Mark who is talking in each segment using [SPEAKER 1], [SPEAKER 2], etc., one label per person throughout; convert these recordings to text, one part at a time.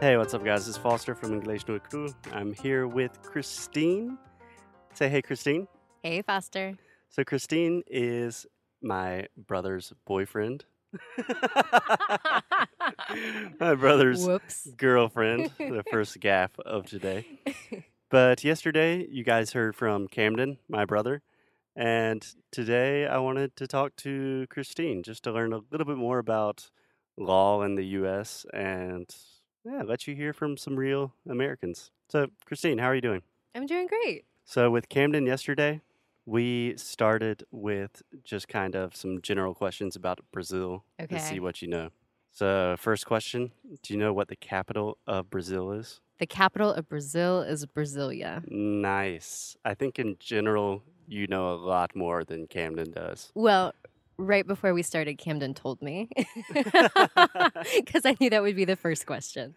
[SPEAKER 1] Hey, what's up, guys? It's Foster from English No Cru. I'm here with Christine. Say hey, Christine.
[SPEAKER 2] Hey, Foster.
[SPEAKER 1] So, Christine is my brother's boyfriend, my brother's
[SPEAKER 2] Whoops.
[SPEAKER 1] girlfriend, the first gaff of today. But yesterday, you guys heard from Camden, my brother. And today, I wanted to talk to Christine just to learn a little bit more about law in the US and yeah, let you hear from some real Americans. So, Christine, how are you doing?
[SPEAKER 2] I'm doing great.
[SPEAKER 1] So, with Camden yesterday, we started with just kind of some general questions about Brazil to see
[SPEAKER 2] Okay.
[SPEAKER 1] what you know. So, first question Do you know what the capital of Brazil is?
[SPEAKER 2] The capital of Brazil is Brasilia.
[SPEAKER 1] Nice. I think in general, you know a lot more than Camden does.
[SPEAKER 2] Well, right before we started, Camden told me because I knew that would be the first question.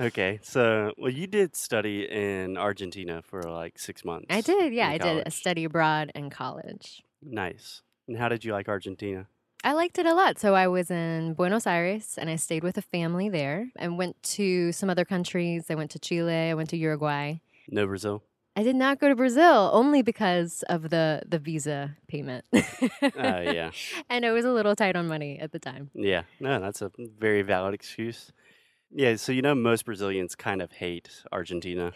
[SPEAKER 1] Okay. So, well, you did study in Argentina for like six months.
[SPEAKER 2] I did, yeah,
[SPEAKER 1] in
[SPEAKER 2] I did a
[SPEAKER 1] college.
[SPEAKER 2] study abroad in college.
[SPEAKER 1] Nice. And how did you like Argentina?
[SPEAKER 2] I liked it a lot. So I was in Buenos Aires and I stayed with a family there and went to some other countries. I went to Chile, I went to Uruguay.
[SPEAKER 1] No Brazil?
[SPEAKER 2] I did not go to Brazil only because of the the visa payment.
[SPEAKER 1] Oh, yeah.
[SPEAKER 2] and I was a little tight on money at the time.
[SPEAKER 1] Yeah, no, that's a very valid excuse. Yeah, so you know, most Brazilians kind of hate Argentina.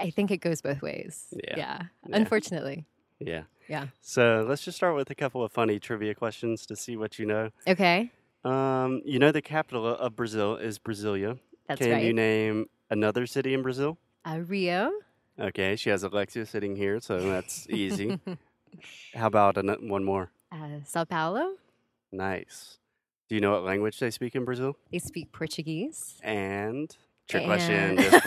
[SPEAKER 2] I think it goes both ways.
[SPEAKER 1] Yeah.
[SPEAKER 2] Yeah.
[SPEAKER 1] Yeah.
[SPEAKER 2] Unfortunately.
[SPEAKER 1] Yeah.
[SPEAKER 2] Yeah.
[SPEAKER 1] So let's just start with a couple of funny trivia questions to see what you know.
[SPEAKER 2] Okay.
[SPEAKER 1] Um, you know, the capital of Brazil is Brasilia.
[SPEAKER 2] That's
[SPEAKER 1] Can
[SPEAKER 2] right.
[SPEAKER 1] you name another city in Brazil?
[SPEAKER 2] uh, Rio.
[SPEAKER 1] Okay, she has Alexia sitting here, so that's easy. How about an- one more?
[SPEAKER 2] Uh, Sao Paulo.
[SPEAKER 1] Nice. Do you know what language they speak in Brazil?
[SPEAKER 2] They speak Portuguese.
[SPEAKER 1] And trick
[SPEAKER 2] Your
[SPEAKER 1] question, just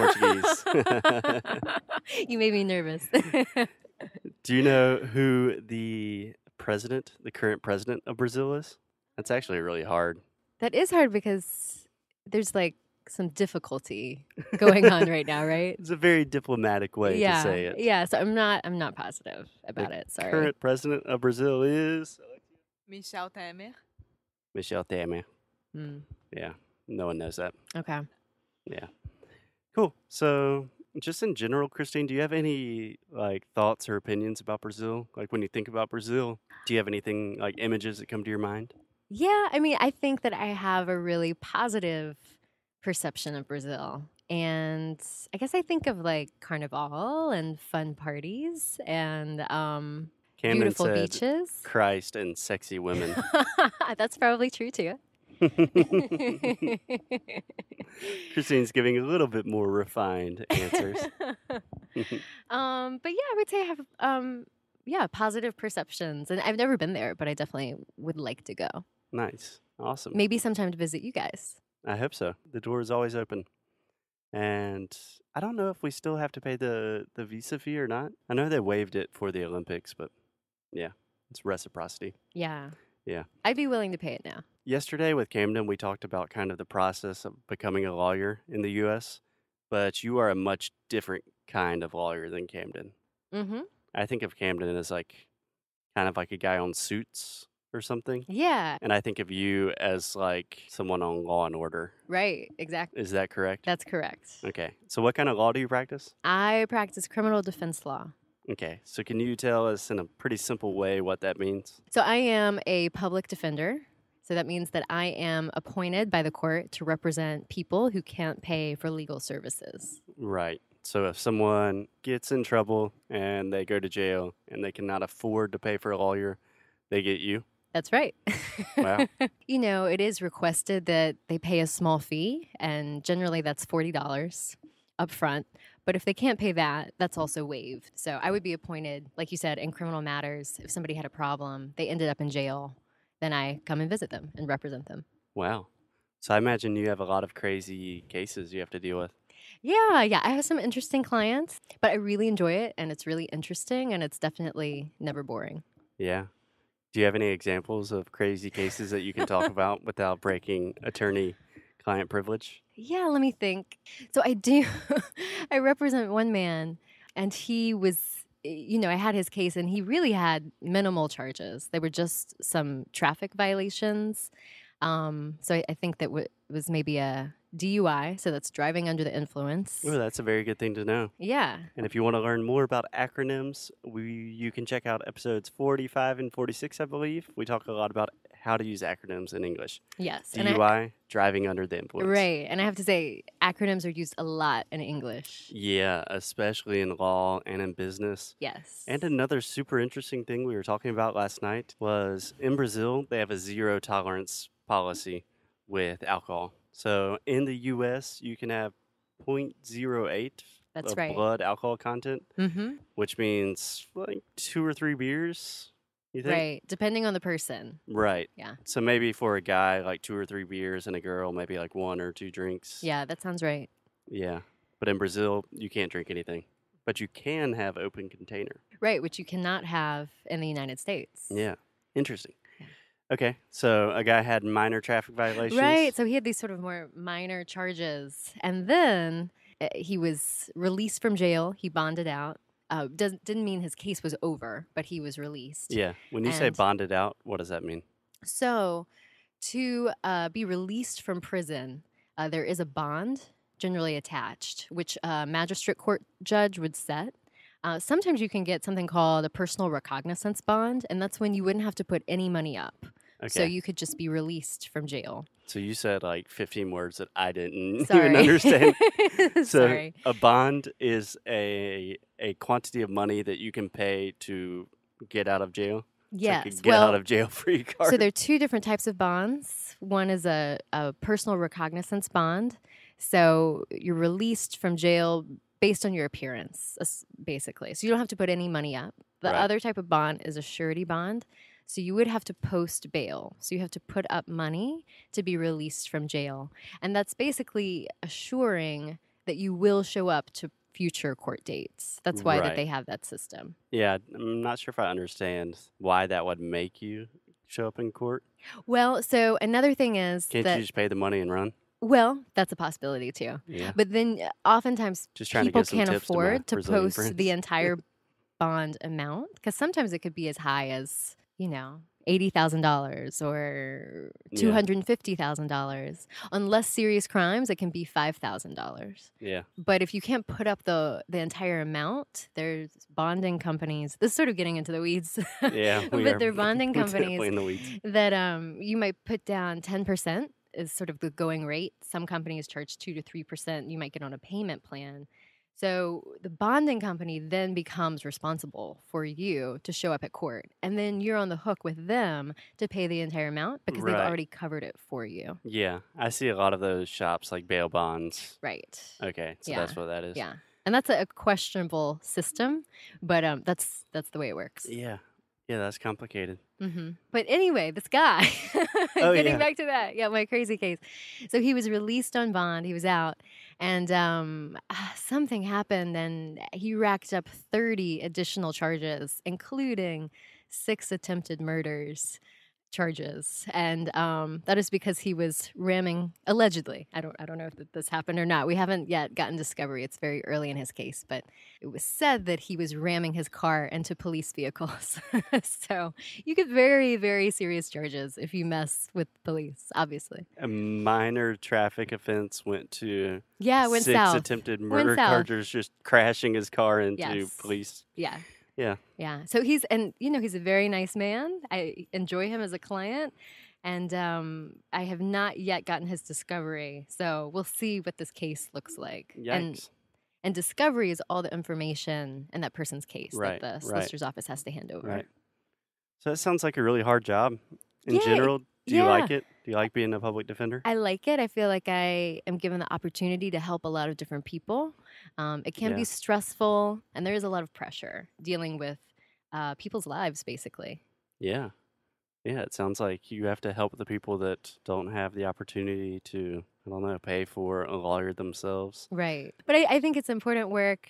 [SPEAKER 1] Portuguese.
[SPEAKER 2] you made me nervous.
[SPEAKER 1] Do you know who the president, the current president of Brazil is? That's actually really hard.
[SPEAKER 2] that is hard because there's like some difficulty going on right now, right?
[SPEAKER 1] It's a very diplomatic way to
[SPEAKER 2] yeah.
[SPEAKER 1] say it.
[SPEAKER 2] Yeah. So I'm not I'm not positive about it. Sorry.
[SPEAKER 1] Current president of Brazil is
[SPEAKER 3] Michel Temer.
[SPEAKER 1] Michel Temer.
[SPEAKER 2] Mm,
[SPEAKER 1] Yeah, no one knows that.
[SPEAKER 2] Okay.
[SPEAKER 1] Cool. So, just in general, Christine, do you have any like thoughts or opinions about Brazil? Like when you think about Brazil, do you have anything like images that come to your mind?
[SPEAKER 2] Yeah, I mean, I think that I have a really positive perception of Brazil. And I guess I think of like carnival and fun parties and um,
[SPEAKER 1] Camden
[SPEAKER 2] beautiful
[SPEAKER 1] said,
[SPEAKER 2] beaches.
[SPEAKER 1] Christ and sexy women.
[SPEAKER 2] That's probably true too.
[SPEAKER 1] Christine's giving a little bit more refined answers.
[SPEAKER 2] um, but yeah, I would say I have um, yeah positive perceptions, and I've never been there, but I definitely would like to go.
[SPEAKER 1] nice. Awesome.
[SPEAKER 2] Maybe sometime to visit you guys.
[SPEAKER 1] I hope so. The door is always open. And I don't know if we still have to pay the, the visa fee or not. I know they waived it for the Olympics, but yeah, it's reciprocity.
[SPEAKER 2] Yeah.
[SPEAKER 1] Yeah.
[SPEAKER 2] I'd be willing to pay it now.
[SPEAKER 1] Yesterday with Camden, we talked about kind of the process of becoming a lawyer in the US, but you are a much different kind of lawyer than Camden.
[SPEAKER 2] Mm-hmm.
[SPEAKER 1] I think of Camden as like kind of like a guy on suits or something.
[SPEAKER 2] Yeah.
[SPEAKER 1] And I think of you as like someone on Law and Order.
[SPEAKER 2] Right. Exactly.
[SPEAKER 1] Is that correct?
[SPEAKER 2] That's correct.
[SPEAKER 1] okay. So, what kind of law do you practice?
[SPEAKER 2] I practice criminal defense law.
[SPEAKER 1] Okay. So, can you tell us in a pretty simple way what that means?
[SPEAKER 2] So I am a public defender. So that means that I am appointed by the court to represent people who can't pay for legal services.
[SPEAKER 1] Right. So, if someone gets in trouble and they go to jail and they cannot afford to pay for a lawyer, they get you.
[SPEAKER 2] That's right.
[SPEAKER 1] Wow.
[SPEAKER 2] you know, it is requested that they pay a small fee, and generally that's $40 up front. But if they can't pay that, that's also waived. So I would be appointed, like you said, in criminal matters. If somebody had a problem, they ended up in jail, then I come and visit them and represent them.
[SPEAKER 1] Wow. So I imagine you have a lot of crazy cases you have to deal with.
[SPEAKER 2] Yeah, yeah. I have some interesting clients, but I really enjoy it and it's really interesting and it's definitely never boring.
[SPEAKER 1] Yeah. Do you have any examples of crazy cases that you can talk about without breaking attorney client privilege?
[SPEAKER 2] Yeah, let me think. So I do, I represent one man, and he was, eh, you know, I had his case, and he really had minimal charges. They were just some traffic violations. Um, so I, I think that w- was maybe a DUI, so that's driving under the influence.
[SPEAKER 1] Well, that's a very good thing to know.
[SPEAKER 2] Yeah,
[SPEAKER 1] And if you want to learn more about acronyms, we you can check out episodes 45 and 46, I believe. We talk a lot about how to use acronyms in English.
[SPEAKER 2] yes. And I,
[SPEAKER 1] DUI, driving under the influence.
[SPEAKER 2] right, and I have to say, acronyms are used a lot in English.
[SPEAKER 1] Yeah, especially in law and in business.
[SPEAKER 2] Yes.
[SPEAKER 1] And another super interesting thing we were talking about last night was in Brazil, they have a zero tolerance policy with alcohol. So in the US, you can have 0.08
[SPEAKER 2] that's
[SPEAKER 1] of
[SPEAKER 2] right.
[SPEAKER 1] blood alcohol content,
[SPEAKER 2] Mm-hmm.
[SPEAKER 1] which means like two or three beers, you think?
[SPEAKER 2] Right, depending on the person.
[SPEAKER 1] Right.
[SPEAKER 2] Yeah.
[SPEAKER 1] So maybe for a guy, like two or three beers, and a girl, maybe like one or two drinks.
[SPEAKER 2] Yeah, that sounds right.
[SPEAKER 1] Yeah. But in Brazil, you can't drink anything, but you can have open container.
[SPEAKER 2] Right, which you cannot have in the United States.
[SPEAKER 1] Yeah. Interesting.
[SPEAKER 2] Yeah.
[SPEAKER 1] Okay. So a guy had minor traffic violations.
[SPEAKER 2] Right. So he had these sort of more minor charges. And then uh, he was released from jail. He bonded out. Uh, does, didn't mean his case was over, but he was released.
[SPEAKER 1] Yeah. When you say
[SPEAKER 2] And-
[SPEAKER 1] bonded out, what does that mean?
[SPEAKER 2] So to uh, be released from prison, uh, there is a bond generally attached, which a magistrate court judge would set. Uh, sometimes you can get something called a personal recognizance bond, and that's when you wouldn't have to put any money up.
[SPEAKER 1] Okay.
[SPEAKER 2] So you could just be released from jail.
[SPEAKER 1] So you said like 15 words that I didn't
[SPEAKER 2] Sorry.
[SPEAKER 1] even understand. So
[SPEAKER 2] Sorry.
[SPEAKER 1] a bond is a a quantity of money that you can pay to get out of jail. It's
[SPEAKER 2] Yes.
[SPEAKER 1] like a get
[SPEAKER 2] well,
[SPEAKER 1] out of jail free card.
[SPEAKER 2] so there are two different types of bonds. One is a, a personal recognizance bond. So you're released from jail based on your appearance, es- basically. So you don't have to put any money up. The
[SPEAKER 1] Right.
[SPEAKER 2] other type of bond is a surety bond. So you would have to post bail. So you have to put up money to be released from jail. And that's basically assuring that you will show up to future court dates. That's why
[SPEAKER 1] Right.
[SPEAKER 2] that they have that system.
[SPEAKER 1] Yeah, I'm not sure if I understand why that would make you show up in court.
[SPEAKER 2] Well, so another thing is
[SPEAKER 1] Can't
[SPEAKER 2] that
[SPEAKER 1] you just pay the money and run?
[SPEAKER 2] Well, that's a possibility too.
[SPEAKER 1] Yeah.
[SPEAKER 2] But then uh, oftentimes
[SPEAKER 1] Just trying to
[SPEAKER 2] people
[SPEAKER 1] give some
[SPEAKER 2] can't
[SPEAKER 1] tips to my
[SPEAKER 2] afford to,
[SPEAKER 1] Brazilian
[SPEAKER 2] post
[SPEAKER 1] friends.
[SPEAKER 2] the entire bond amount because sometimes it could be as high as, you know, $80,000 or
[SPEAKER 1] Yeah.
[SPEAKER 2] $250,000. Unless serious crimes, it can be $5,000.
[SPEAKER 1] Yeah.
[SPEAKER 2] But if you can't put up the, the entire amount, there's bonding companies. This is sort of getting into the weeds.
[SPEAKER 1] Yeah. we
[SPEAKER 2] but
[SPEAKER 1] are
[SPEAKER 2] they're bonding
[SPEAKER 1] definitely
[SPEAKER 2] companies
[SPEAKER 1] in the weeds.
[SPEAKER 2] that um, you might put down 10% is sort of the going rate. Some companies charge 2 to 3%. You might get on a payment plan. So the bonding company then becomes responsible for you to show up at court. And then you're on the hook with them to pay the entire amount because they've
[SPEAKER 1] Right.
[SPEAKER 2] already covered it for you.
[SPEAKER 1] Yeah. I see a lot of those shops like bail bonds.
[SPEAKER 2] Right.
[SPEAKER 1] Okay. So
[SPEAKER 2] Yeah,
[SPEAKER 1] that's what that is.
[SPEAKER 2] Yeah. And that's a a questionable system, but um, that's that's the way it works.
[SPEAKER 1] Yeah. Yeah, that's complicated.
[SPEAKER 2] hmm But anyway, this guy,
[SPEAKER 1] Mm-hmm. Oh,
[SPEAKER 2] getting
[SPEAKER 1] yeah.
[SPEAKER 2] back to that, yeah, my crazy case. So he was released on bond, he was out, and um, something happened, and he racked up 30 additional charges, including six attempted murders charges and um, that is because he was ramming allegedly i don't i don't know if th- this happened or not we haven't yet gotten discovery it's very early in his case but it was said that he was ramming his car into police vehicles so you get very very serious charges if you mess with police obviously
[SPEAKER 1] A minor traffic offense went to
[SPEAKER 2] yeah it went
[SPEAKER 1] six
[SPEAKER 2] south
[SPEAKER 1] attempted murder
[SPEAKER 2] south.
[SPEAKER 1] chargers just crashing his car into
[SPEAKER 2] Yes.
[SPEAKER 1] police.
[SPEAKER 2] yeah
[SPEAKER 1] Yeah.
[SPEAKER 2] yeah so he's and you know he's a very nice man i enjoy him as a client and um, i have not yet gotten his discovery so we'll see what this case looks like
[SPEAKER 1] Yikes.
[SPEAKER 2] and And discovery is all the information in that person's case
[SPEAKER 1] Right,
[SPEAKER 2] that the
[SPEAKER 1] right.
[SPEAKER 2] solicitor's office has to hand over.
[SPEAKER 1] Right. So that sounds like a really hard job in
[SPEAKER 2] Yeah, it-
[SPEAKER 1] general. Do you
[SPEAKER 2] yeah.
[SPEAKER 1] like it? Do you like being a public defender?
[SPEAKER 2] I like it. I feel like I am given the opportunity to help a lot of different people. Um, it can
[SPEAKER 1] Yeah.
[SPEAKER 2] be stressful, and there is a lot of pressure dealing with uh, people's lives, basically.
[SPEAKER 1] yeah. Yeah, it sounds like you have to help the people that don't have the opportunity to, I don't know, pay for a lawyer themselves.
[SPEAKER 2] Right. But I, I think it's important work.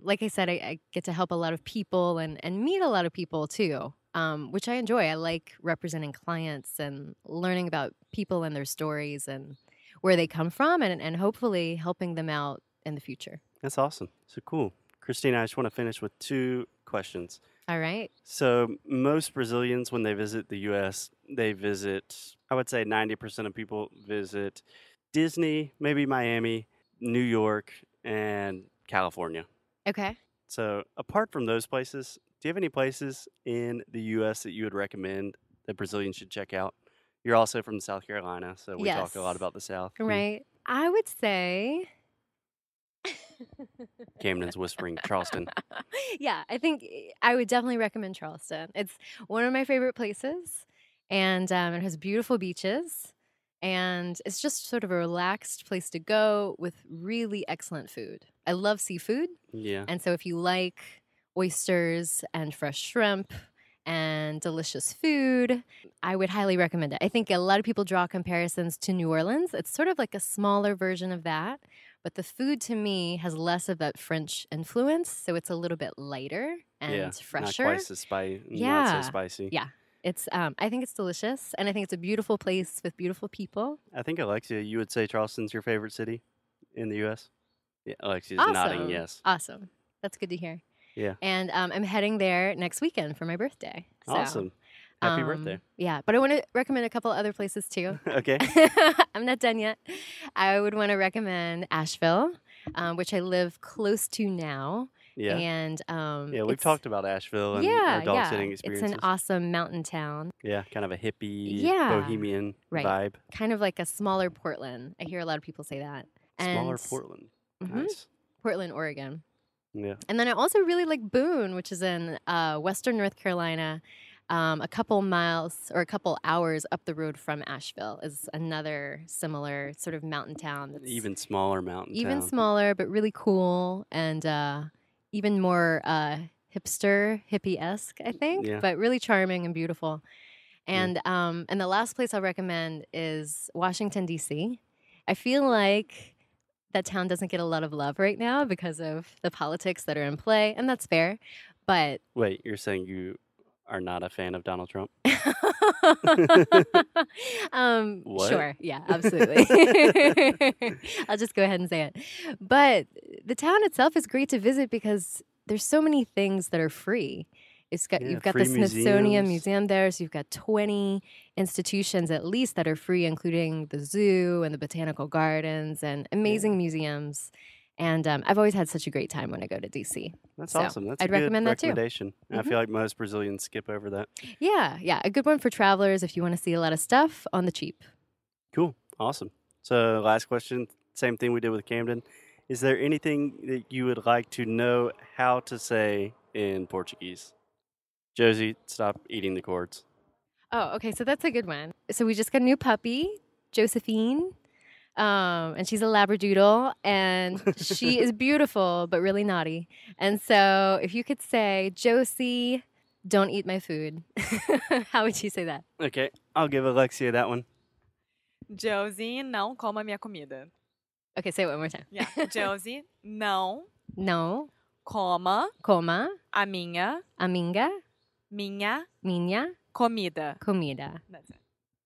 [SPEAKER 2] Like I said, I, I get to help a lot of people and, and meet a lot of people too, um, which I enjoy. I like representing clients and learning about people and their stories and where they come from and, and hopefully helping them out in the future.
[SPEAKER 1] That's awesome. So cool. Christine, I just want to finish with two questions.
[SPEAKER 2] All right.
[SPEAKER 1] So, most Brazilians, when they visit the US, they visit, I would say 90% of people visit Disney, maybe Miami, New York, and California.
[SPEAKER 2] Okay.
[SPEAKER 1] So, apart from those places, do you have any places in the US that you would recommend that Brazilians should check out? You're also from South Carolina, so we talk a lot
[SPEAKER 2] Yes.
[SPEAKER 1] about the South.
[SPEAKER 2] Right. I would say.
[SPEAKER 1] Camden's whispering Charleston.
[SPEAKER 2] yeah, I think eh, I would definitely recommend Charleston. It's one of my favorite places, and um, it has beautiful beaches, and it's just sort of a relaxed place to go with really excellent food. I love seafood,
[SPEAKER 1] Yeah.
[SPEAKER 2] and so if you like oysters and fresh shrimp and delicious food, I would highly recommend it. I think a lot of people draw comparisons to New Orleans. It's sort of like a smaller version of that, but the food to me has less of that French influence, so it's a little bit lighter and
[SPEAKER 1] yeah.
[SPEAKER 2] fresher.
[SPEAKER 1] Not quite so spicy.
[SPEAKER 2] Yeah.
[SPEAKER 1] Not so spicy.
[SPEAKER 2] Yeah. It's um, I think it's delicious, and I think it's a beautiful place with beautiful people.
[SPEAKER 1] I think Alexia, you would say Charleston's your favorite city in the U.S. Yeah, Alexia's nodding
[SPEAKER 2] Awesome.
[SPEAKER 1] yes.
[SPEAKER 2] Awesome, that's good to hear.
[SPEAKER 1] Yeah.
[SPEAKER 2] and um, I'm heading there next weekend for my birthday. So.
[SPEAKER 1] Awesome. Happy
[SPEAKER 2] Um,
[SPEAKER 1] birthday.
[SPEAKER 2] Yeah, but I want to recommend a couple other places too.
[SPEAKER 1] Okay.
[SPEAKER 2] I'm not done yet. I would want to recommend Asheville, um, which I live close to now.
[SPEAKER 1] Yeah.
[SPEAKER 2] And um,
[SPEAKER 1] yeah, we've
[SPEAKER 2] it's-
[SPEAKER 1] talked about Asheville and
[SPEAKER 2] yeah,
[SPEAKER 1] our dog
[SPEAKER 2] yeah.
[SPEAKER 1] sitting
[SPEAKER 2] It's
[SPEAKER 1] experiences.
[SPEAKER 2] an awesome mountain town,
[SPEAKER 1] yeah, kind of a hippie,
[SPEAKER 2] Yeah.
[SPEAKER 1] bohemian
[SPEAKER 2] Right.
[SPEAKER 1] vibe.
[SPEAKER 2] kind of like a smaller Portland. I hear a lot of people say that. And
[SPEAKER 1] Smaller Portland.
[SPEAKER 2] mhm,
[SPEAKER 1] Nice.
[SPEAKER 2] Portland, Oregon.
[SPEAKER 1] Yeah.
[SPEAKER 2] And then I also really like Boone, which is in uh, Western North Carolina. Um, a couple miles or a couple hours up the road from Asheville is another similar sort of mountain town. That's
[SPEAKER 1] Even smaller mountain
[SPEAKER 2] even
[SPEAKER 1] town.
[SPEAKER 2] smaller, but really cool and uh, even more uh, hipster, hippie esque, I think,
[SPEAKER 1] Yeah.
[SPEAKER 2] but really charming and beautiful.
[SPEAKER 1] Yeah.
[SPEAKER 2] And um, and the last place I'll recommend is Washington D.C. I feel like that town doesn't get a lot of love right now because of the politics that are in play, and that's fair. But
[SPEAKER 1] Wait, you're saying you are not a fan of Donald Trump?
[SPEAKER 2] um,
[SPEAKER 1] What?
[SPEAKER 2] Sure. Yeah, absolutely. I'll just go ahead and say it. But the town itself is great to visit because there's so many things that are free. It's got,
[SPEAKER 1] Yeah,
[SPEAKER 2] you've got
[SPEAKER 1] free
[SPEAKER 2] the Smithsonian
[SPEAKER 1] museums.
[SPEAKER 2] Museum there, so you've got 20 institutions at least that are free, including the zoo and the botanical gardens and amazing museums. And um, I've always had such a great time when I go to DC.
[SPEAKER 1] That's
[SPEAKER 2] So,
[SPEAKER 1] awesome. That's a
[SPEAKER 2] I'd
[SPEAKER 1] good
[SPEAKER 2] recommend that too.
[SPEAKER 1] recommendation. I
[SPEAKER 2] Mhm.
[SPEAKER 1] feel like most Brazilians skip over that.
[SPEAKER 2] Yeah, yeah, a good one for travelers if you want to see a lot of stuff on the cheap.
[SPEAKER 1] Cool. Awesome. So, last question, same thing we did with Camden. Is there anything that you would like to know how to say in Portuguese? Josie, stop eating the cords.
[SPEAKER 2] Oh, okay. So that's a good one. So we just got a new puppy, Josephine. Um, and she's a labradoodle and she is beautiful but really naughty. And so if you could say, Josie, don't eat my food. How would you say that?
[SPEAKER 1] Okay, I'll give Alexia that one.
[SPEAKER 3] Josie, não coma minha comida.
[SPEAKER 2] Okay, say it one more time.
[SPEAKER 3] Yeah. Josie, não
[SPEAKER 2] No,
[SPEAKER 3] coma
[SPEAKER 2] coma,
[SPEAKER 3] a minha,
[SPEAKER 2] aminga,
[SPEAKER 3] minha
[SPEAKER 2] minha,
[SPEAKER 3] comida.
[SPEAKER 2] comida.
[SPEAKER 3] That's it.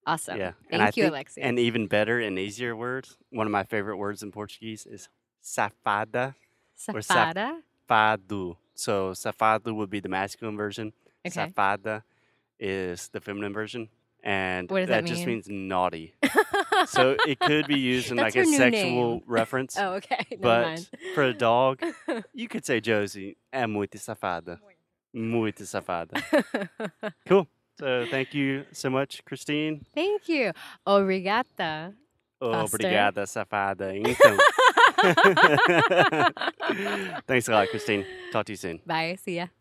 [SPEAKER 2] Awesome.
[SPEAKER 1] Yeah.
[SPEAKER 2] Thank you, Alexia.
[SPEAKER 1] An even better and easier word, one of my favorite words in Portuguese is safada, or saf-
[SPEAKER 2] Safada.
[SPEAKER 1] fado. So, safado would be the masculine version,
[SPEAKER 2] Okay.
[SPEAKER 1] safada is the feminine version. And
[SPEAKER 2] What does that
[SPEAKER 1] just
[SPEAKER 2] mean?
[SPEAKER 1] means naughty. so it could be used in
[SPEAKER 2] That's
[SPEAKER 1] like a
[SPEAKER 2] her new
[SPEAKER 1] sexual
[SPEAKER 2] name.
[SPEAKER 1] reference.
[SPEAKER 2] Oh, okay. Never
[SPEAKER 1] but
[SPEAKER 2] mind.
[SPEAKER 1] for a dog, you could say Josie, é muito safada. Muito safada. cool. So thank you so much, Christine.
[SPEAKER 2] Thank you. Obrigada. Foster.
[SPEAKER 1] Obrigada, safada. Então. Thanks a lot, Christine. Talk to you soon.
[SPEAKER 2] Bye. See ya.